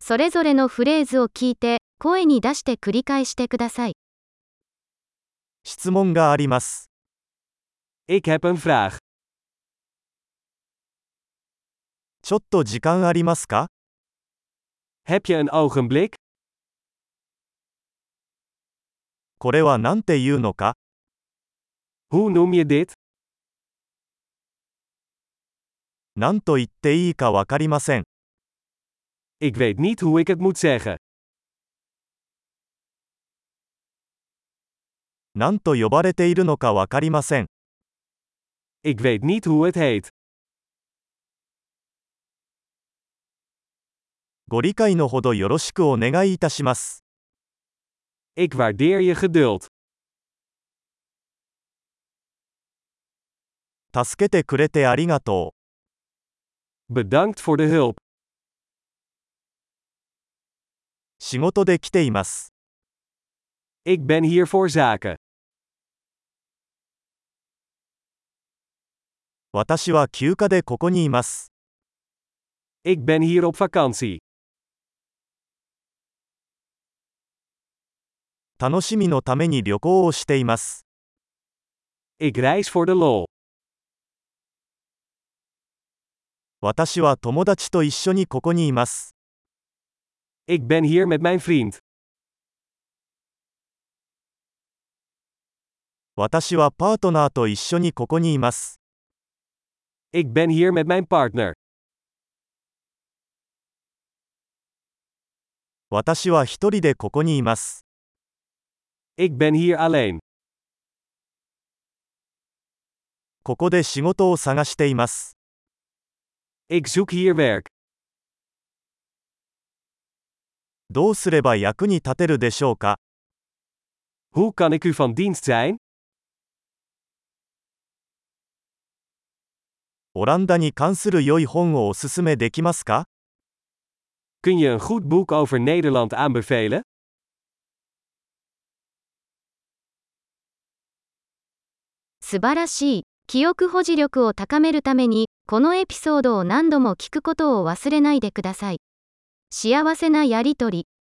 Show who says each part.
Speaker 1: それぞれのフレーズを聞いて、声に出して繰り返してください。
Speaker 2: 質問があります。
Speaker 3: Ik heb een vraag.
Speaker 2: ちょっと時間ありますか
Speaker 3: Heb je een ogenblik?
Speaker 2: これは何て言うのか
Speaker 3: Hoe noem je dit?
Speaker 2: 何と言っていいかわかりません。
Speaker 3: Ik weet niet hoe ik het moet zeggen.
Speaker 2: 何と呼ばれているのかわかりません。
Speaker 3: Ik weet niet hoe het heet.
Speaker 2: ご理解のほどよろしくお願いいたします。
Speaker 3: Ik waardeer je geduld.
Speaker 2: 助けてくれてありがと
Speaker 3: Bedankt voor de hulp.
Speaker 2: う。仕事で来ています。
Speaker 3: Ik ben hier voor zaken.
Speaker 2: 私は休暇でここにいます。
Speaker 3: Ik ben hier op vakantie.
Speaker 2: 楽しみのために旅行をしています。
Speaker 3: Ik reis voor de lol.
Speaker 2: 私は友達と一緒にここにいます。
Speaker 3: Ik ben hier met mijn vriend.
Speaker 2: 私はパートナーと一緒にここにいます。
Speaker 3: Ik ben hier met mijn partner.
Speaker 2: 私は一人でここにいます。
Speaker 3: Ik ben hier alleen.
Speaker 2: ここで仕事を探しています。
Speaker 3: Ik zoek hier werk.
Speaker 2: どうすれば役に立てるでしょうか
Speaker 3: Hoe kan ik u van dienst zijn?
Speaker 2: オランダに関する良い本をおすすめできますか
Speaker 3: Kun je een goed boek over Nederland aanbevelen?
Speaker 1: 素晴らしい。記憶保持力を高めるために、このエピソードを何度も聞くことを忘れないでください。幸せなやりとり。